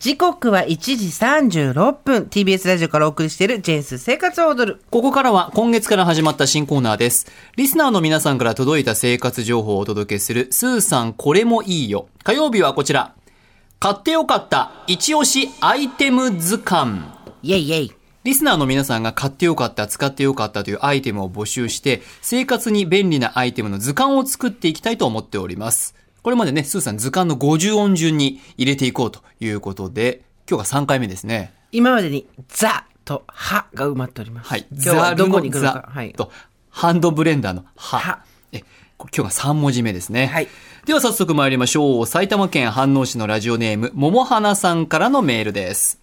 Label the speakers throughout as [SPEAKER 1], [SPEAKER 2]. [SPEAKER 1] 時刻は1時36分 TBS ラジオからお送りしているジェンス生活を踊る
[SPEAKER 2] ここからは今月から始まった新コーナーです。リスナーの皆さんから届いた生活情報をお届けする、スーさんこれもいいよ。火曜日はこちら。買ってよかった、一押しアイテム図鑑。
[SPEAKER 1] イェイイェイ
[SPEAKER 2] リスナーの皆さんが買ってよかった、使ってよかったというアイテムを募集して、生活に便利なアイテムの図鑑を作っていきたいと思っております。これまでね、スーさん図鑑の50音順に入れていこうということで、今日が3回目ですね。
[SPEAKER 1] 今までにザとハが埋まっております
[SPEAKER 2] はい。
[SPEAKER 1] 今日はどこに行くのか
[SPEAKER 2] ザ
[SPEAKER 1] はい
[SPEAKER 2] と、ハンドブレンダーの歯。
[SPEAKER 1] 歯
[SPEAKER 2] え、これ今日が3文字目ですね。
[SPEAKER 1] はい
[SPEAKER 2] では早速参りましょう。埼玉県飯能市のラジオネーム、桃花さんからのメールです。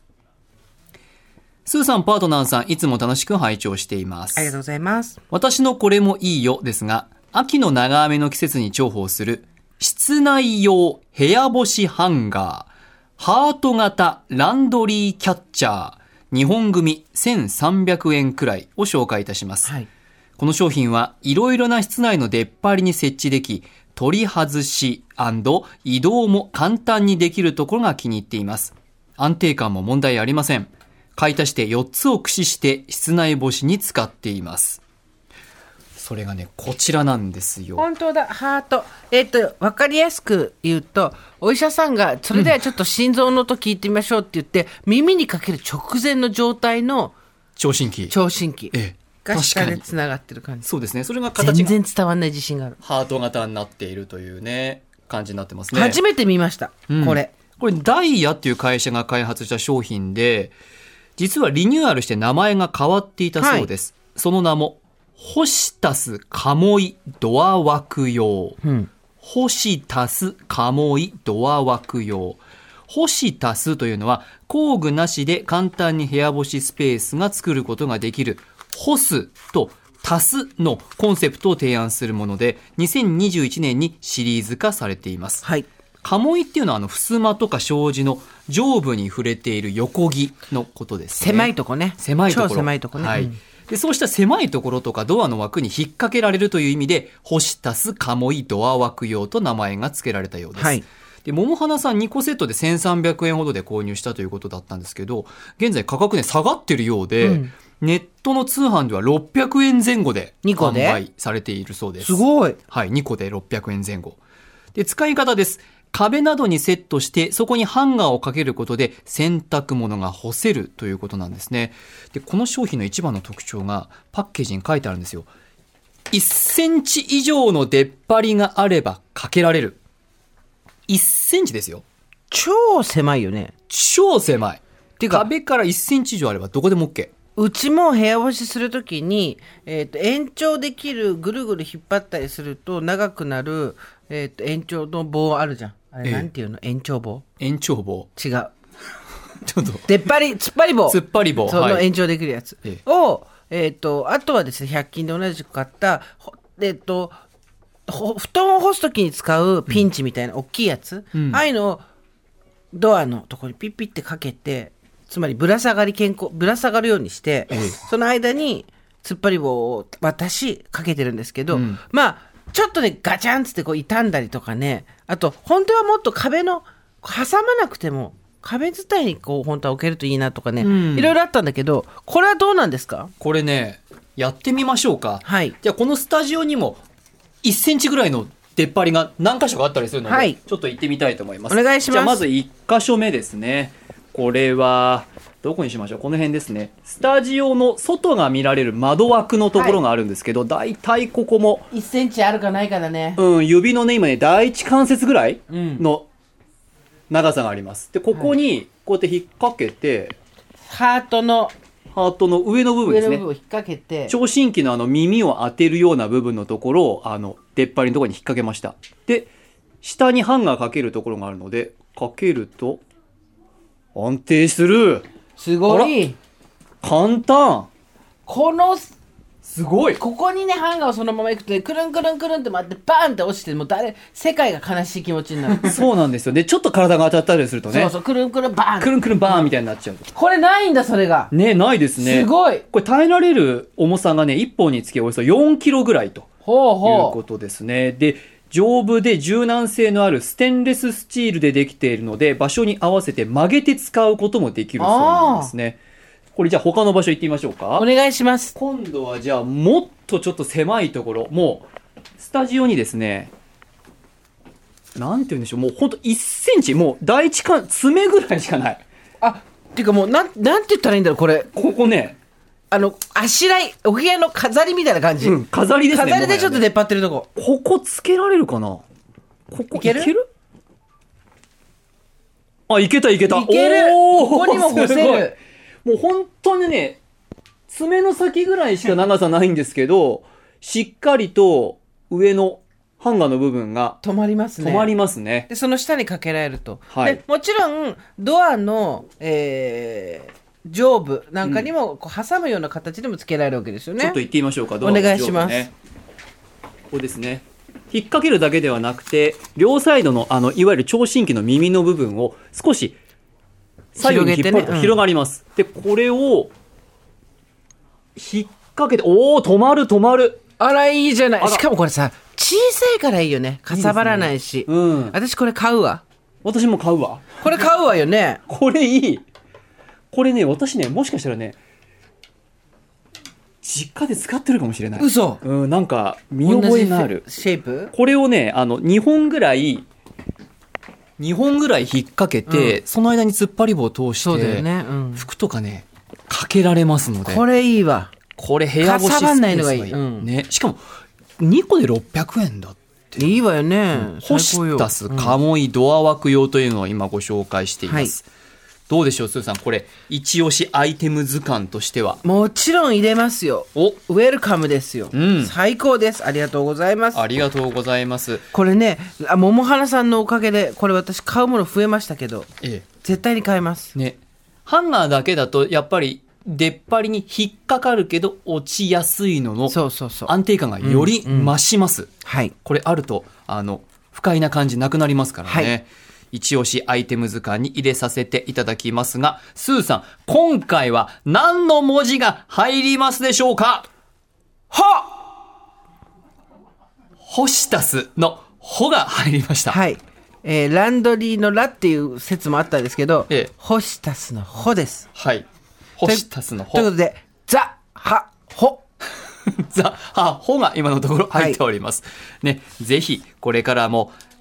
[SPEAKER 2] スーさん、パートナーさん、いつも楽しく拝聴しています。
[SPEAKER 1] ありがとうございます
[SPEAKER 2] 私のこれもいいよですが、秋の長雨の季節に重宝する、室内用部屋干しハンガー、ハート型ランドリーキャッチャー、2本組1300円くらいを紹介いたします。
[SPEAKER 1] はい
[SPEAKER 2] この商品はいろいろな室内の出っ張りに設置でき、取り外し移動も簡単にできるところが気に入っています。安定感も問題ありません。買い足して4つを駆使して室内干しに使っています。それがね、こちらなんですよ。
[SPEAKER 1] 本当だハートえっ、と分かりやすく言うとお医者さんがそれではちょっと心臓の音聞いてみましょうって言って、耳にかける直前の状態の
[SPEAKER 2] 聴診器。
[SPEAKER 1] 聴診器
[SPEAKER 2] ええ
[SPEAKER 1] が下
[SPEAKER 2] 確か
[SPEAKER 1] で
[SPEAKER 2] に
[SPEAKER 1] つながってる感じ
[SPEAKER 2] そうですね。それが形
[SPEAKER 1] 全
[SPEAKER 2] が
[SPEAKER 1] 然伝わんない自信がある、
[SPEAKER 2] ハート型になっているというね、感じになってますね。
[SPEAKER 1] 初めて見ました、これ
[SPEAKER 2] これダイヤっていう会社が開発した商品で、実はリニューアルして名前が変わっていたそうです。その名も、ホシタスカモイドア枠用。
[SPEAKER 1] ん
[SPEAKER 2] ホシタスカモイドア枠用。ホシタスというのは工具なしで簡単に部屋干しスペースが作ることができる干すと足すのコンセプトを提案するもので2021年にシリーズ化されています。
[SPEAKER 1] はい
[SPEAKER 2] 鴨居っていうのはあの襖とか障子の上部に触れている横木のことです、ね、
[SPEAKER 1] 狭いとこね
[SPEAKER 2] 狭いところ
[SPEAKER 1] 超狭いとこね、
[SPEAKER 2] はい
[SPEAKER 1] うん
[SPEAKER 2] でそうした狭いところとかドアの枠に引っ掛けられるという意味で「干し足す鴨居ドア枠用」と名前が付けられたようです、
[SPEAKER 1] はい
[SPEAKER 2] で桃花さん2個セットで1300円ほどで購入したということだったんですけど現在価格ね下がってるようで、
[SPEAKER 1] うん
[SPEAKER 2] ネットの通販では600円前後で
[SPEAKER 1] 二個
[SPEAKER 2] 販
[SPEAKER 1] で
[SPEAKER 2] 売されているそうです
[SPEAKER 1] すごい
[SPEAKER 2] はい、2個で600円前後。で、使い方です。壁などにセットして、そこにハンガーをかけることで、洗濯物が干せるということなんですね。で、この商品の一番の特徴が、パッケージに書いてあるんですよ。1センチ以上の出っ張りがあればかけられる。1センチですよ。
[SPEAKER 1] 超狭いよね
[SPEAKER 2] 超狭い。
[SPEAKER 1] てか
[SPEAKER 2] 壁から1センチ以上あればどこでも OK。
[SPEAKER 1] うちも部屋干しするときに、えー、と延長できるぐるぐる引っ張ったりすると長くなる、えー、と延長の棒あるじゃんあ
[SPEAKER 2] え
[SPEAKER 1] れ
[SPEAKER 2] え
[SPEAKER 1] なんていうの、延長棒
[SPEAKER 2] 延長棒。
[SPEAKER 1] 違う
[SPEAKER 2] ちょっと、
[SPEAKER 1] 出っ張り突っ張り棒
[SPEAKER 2] 突っ張り棒。
[SPEAKER 1] その
[SPEAKER 2] はい
[SPEAKER 1] 延長できるやつ
[SPEAKER 2] ええ
[SPEAKER 1] を、えっ、と、あとはですね、100均で同じく買った、ほえっ、と、ほ布団を干すときに使うピンチみたいな大きいやつ、
[SPEAKER 2] ん
[SPEAKER 1] ああいうのをドアのとこにピッピッてかけて、つまりぶら下がり健康、ぶら下がるようにして、
[SPEAKER 2] ええ
[SPEAKER 1] その間に突っ張り棒を渡しかけてるんですけど、
[SPEAKER 2] うん
[SPEAKER 1] まあ、ちょっとね、ガチャンつってこう傷んだりとかね、あと、本当はもっと壁の、挟まなくても、壁伝いにこう、本当は置けるといいなとかね、
[SPEAKER 2] うん
[SPEAKER 1] いろいろあったんだけど、これはどうなんですか
[SPEAKER 2] これね、やってみましょうか。
[SPEAKER 1] はい
[SPEAKER 2] じゃあこのスタジオにも1センチぐらいの出っ張りが何箇所かあったりするので、
[SPEAKER 1] はい
[SPEAKER 2] ちょっと行ってみたいと思います。
[SPEAKER 1] お願いします
[SPEAKER 2] じゃあまず1箇所目ですね。これは、どこにしましょうこの辺ですね。スタジオの外が見られる窓枠のところがあるんですけど、だいたいここも、
[SPEAKER 1] ?1 センチあるかないかだね。
[SPEAKER 2] うん、指のね、今ね、第一関節ぐらい
[SPEAKER 1] うん
[SPEAKER 2] の長さがあります。で、ここにこうやって引っ掛けて、
[SPEAKER 1] ハートの
[SPEAKER 2] ハートの上の部分
[SPEAKER 1] 上
[SPEAKER 2] です
[SPEAKER 1] の部
[SPEAKER 2] ね。
[SPEAKER 1] 分を引っ掛けて、
[SPEAKER 2] 聴診器のあの耳を当てるような部分のところをあの出っ張りのところに引っ掛けましたで下にハンガーかけるところがあるのでかけると安定する
[SPEAKER 1] すごい。
[SPEAKER 2] 簡単
[SPEAKER 1] この、
[SPEAKER 2] すごい
[SPEAKER 1] ここにね、ハンガーをそのままいくとね、くるんくるんくるんって回って、バーンって落ちて、もう誰、世界が悲しい気持ちにな る。
[SPEAKER 2] そうなんですよねちょっと体が当たったりするとね
[SPEAKER 1] そうそう、くるんくるんバーン
[SPEAKER 2] くるんくるんバーンみたいになっちゃう
[SPEAKER 1] これないんだ、それが。
[SPEAKER 2] ねないですね
[SPEAKER 1] すごい。
[SPEAKER 2] これ耐えられる重さがね1本につきおよそ4キロぐらいと
[SPEAKER 1] ほう
[SPEAKER 2] いう
[SPEAKER 1] ほ
[SPEAKER 2] ことですねで丈夫で柔軟性のあるステンレススチールでできているので場所に合わせて曲げて使うこともできるそうなんですねこれじゃあ他の場所行ってみましょうか
[SPEAKER 1] お願いします。
[SPEAKER 2] 今度はじゃあもっとちょっと狭いところもうスタジオにですねなんて言うんでしょうもうほんと1センチもう第一関爪ぐらいしかない
[SPEAKER 1] あ、っていうかもう、なん、なんて言ったらいいんだろう、これ。
[SPEAKER 2] ここね、
[SPEAKER 1] あの、あしらい、お部屋の飾りみたいな感じ。
[SPEAKER 2] 飾りですね
[SPEAKER 1] 飾りでちょっと
[SPEAKER 2] もはや
[SPEAKER 1] 出
[SPEAKER 2] ね
[SPEAKER 1] っ張ってるとこ。
[SPEAKER 2] ここつけられるかなここい
[SPEAKER 1] いける
[SPEAKER 2] あいけたいけた
[SPEAKER 1] いける
[SPEAKER 2] おー
[SPEAKER 1] ここにも干せる
[SPEAKER 2] すごいもう本当にね爪の先ぐらいしか長さないんです けどしっかりと上のハンガーの部分が
[SPEAKER 1] 止まりますね。
[SPEAKER 2] 止まりますね
[SPEAKER 1] でその下にかけられると、
[SPEAKER 2] はい
[SPEAKER 1] でもちろんドアの、えー上部なんかにもこう挟むような形でもつけられるわけですよ
[SPEAKER 2] ちょ
[SPEAKER 1] ね
[SPEAKER 2] っと。行ってみましょうか。
[SPEAKER 1] お願いします
[SPEAKER 2] ドアの上部ねここですね。引っ掛けるだけではなくて、両サイドの、あの、いわゆる聴診器の耳の部分を少し左右に引
[SPEAKER 1] 広げ
[SPEAKER 2] っ張る
[SPEAKER 1] て
[SPEAKER 2] と
[SPEAKER 1] ねうん
[SPEAKER 2] 広がります。で、これを、引っ掛けて、おー、止まる、止まる。
[SPEAKER 1] あらいいじゃな
[SPEAKER 2] あ
[SPEAKER 1] い。
[SPEAKER 2] ら
[SPEAKER 1] しかもこれさ小さいからいいよね。かさばらないし。
[SPEAKER 2] うん。
[SPEAKER 1] 私これ買うわ。
[SPEAKER 2] 私も買うわ。
[SPEAKER 1] これ買うわよね。
[SPEAKER 2] これいい。これね、私ね、もしかしたらね、実家で使ってるかもしれない。
[SPEAKER 1] 嘘。
[SPEAKER 2] うん、なんか、見覚えのある
[SPEAKER 1] 同。じシェイプ？
[SPEAKER 2] これをね、あの、2本ぐらい、2本ぐらい引っ掛けて、その間に突っ張り棒を通して、
[SPEAKER 1] そうだよね。うん
[SPEAKER 2] 服とかね、かけられますので、
[SPEAKER 1] これいいわ。
[SPEAKER 2] これ部屋干し
[SPEAKER 1] かさ
[SPEAKER 2] スペ
[SPEAKER 1] ばんない
[SPEAKER 2] ース
[SPEAKER 1] の
[SPEAKER 2] が
[SPEAKER 1] が
[SPEAKER 2] い
[SPEAKER 1] い
[SPEAKER 2] い
[SPEAKER 1] いうん
[SPEAKER 2] ね。しかも、2個で600円だって。
[SPEAKER 1] いいわよね。
[SPEAKER 2] ホシタスカモイドア枠用というのを今ご紹介しています。どうでしょう、すーさん。これ、一押しアイテム図鑑としては。
[SPEAKER 1] もちろん入れますよ。
[SPEAKER 2] お
[SPEAKER 1] ウェルカムですよ。
[SPEAKER 2] うん
[SPEAKER 1] 最高です。ありがとうございます。
[SPEAKER 2] ありがとうございます。
[SPEAKER 1] これねあ桃花さんのおかげでこれ私買うもの増えましたけど
[SPEAKER 2] ええ
[SPEAKER 1] 絶対に買います
[SPEAKER 2] ね、ハンガーだけだとやっぱり出っ張りに引っかかるけど落ちやすいのの
[SPEAKER 1] そうそうそう
[SPEAKER 2] 安定感がより増します、
[SPEAKER 1] はい
[SPEAKER 2] これあるとあの不快な感じなくなりますからね、
[SPEAKER 1] はい
[SPEAKER 2] 一押しアイテム図鑑に入れさせていただきますがスーさん今回は何の文字が入りますでしょうか
[SPEAKER 1] は
[SPEAKER 2] ホシタスの「ほ」が入りました、
[SPEAKER 1] はい、えーランドリーの「ラ」っていう説もあったんですけど、
[SPEAKER 2] ええ
[SPEAKER 1] ホシタスの「ホ」です
[SPEAKER 2] はい、ホシタスの「
[SPEAKER 1] と
[SPEAKER 2] ほ
[SPEAKER 1] いう」ことで「ザ・ハ・ホ
[SPEAKER 2] ザ・ハ・ホが今のところ入っております。ね、ぜひこれからも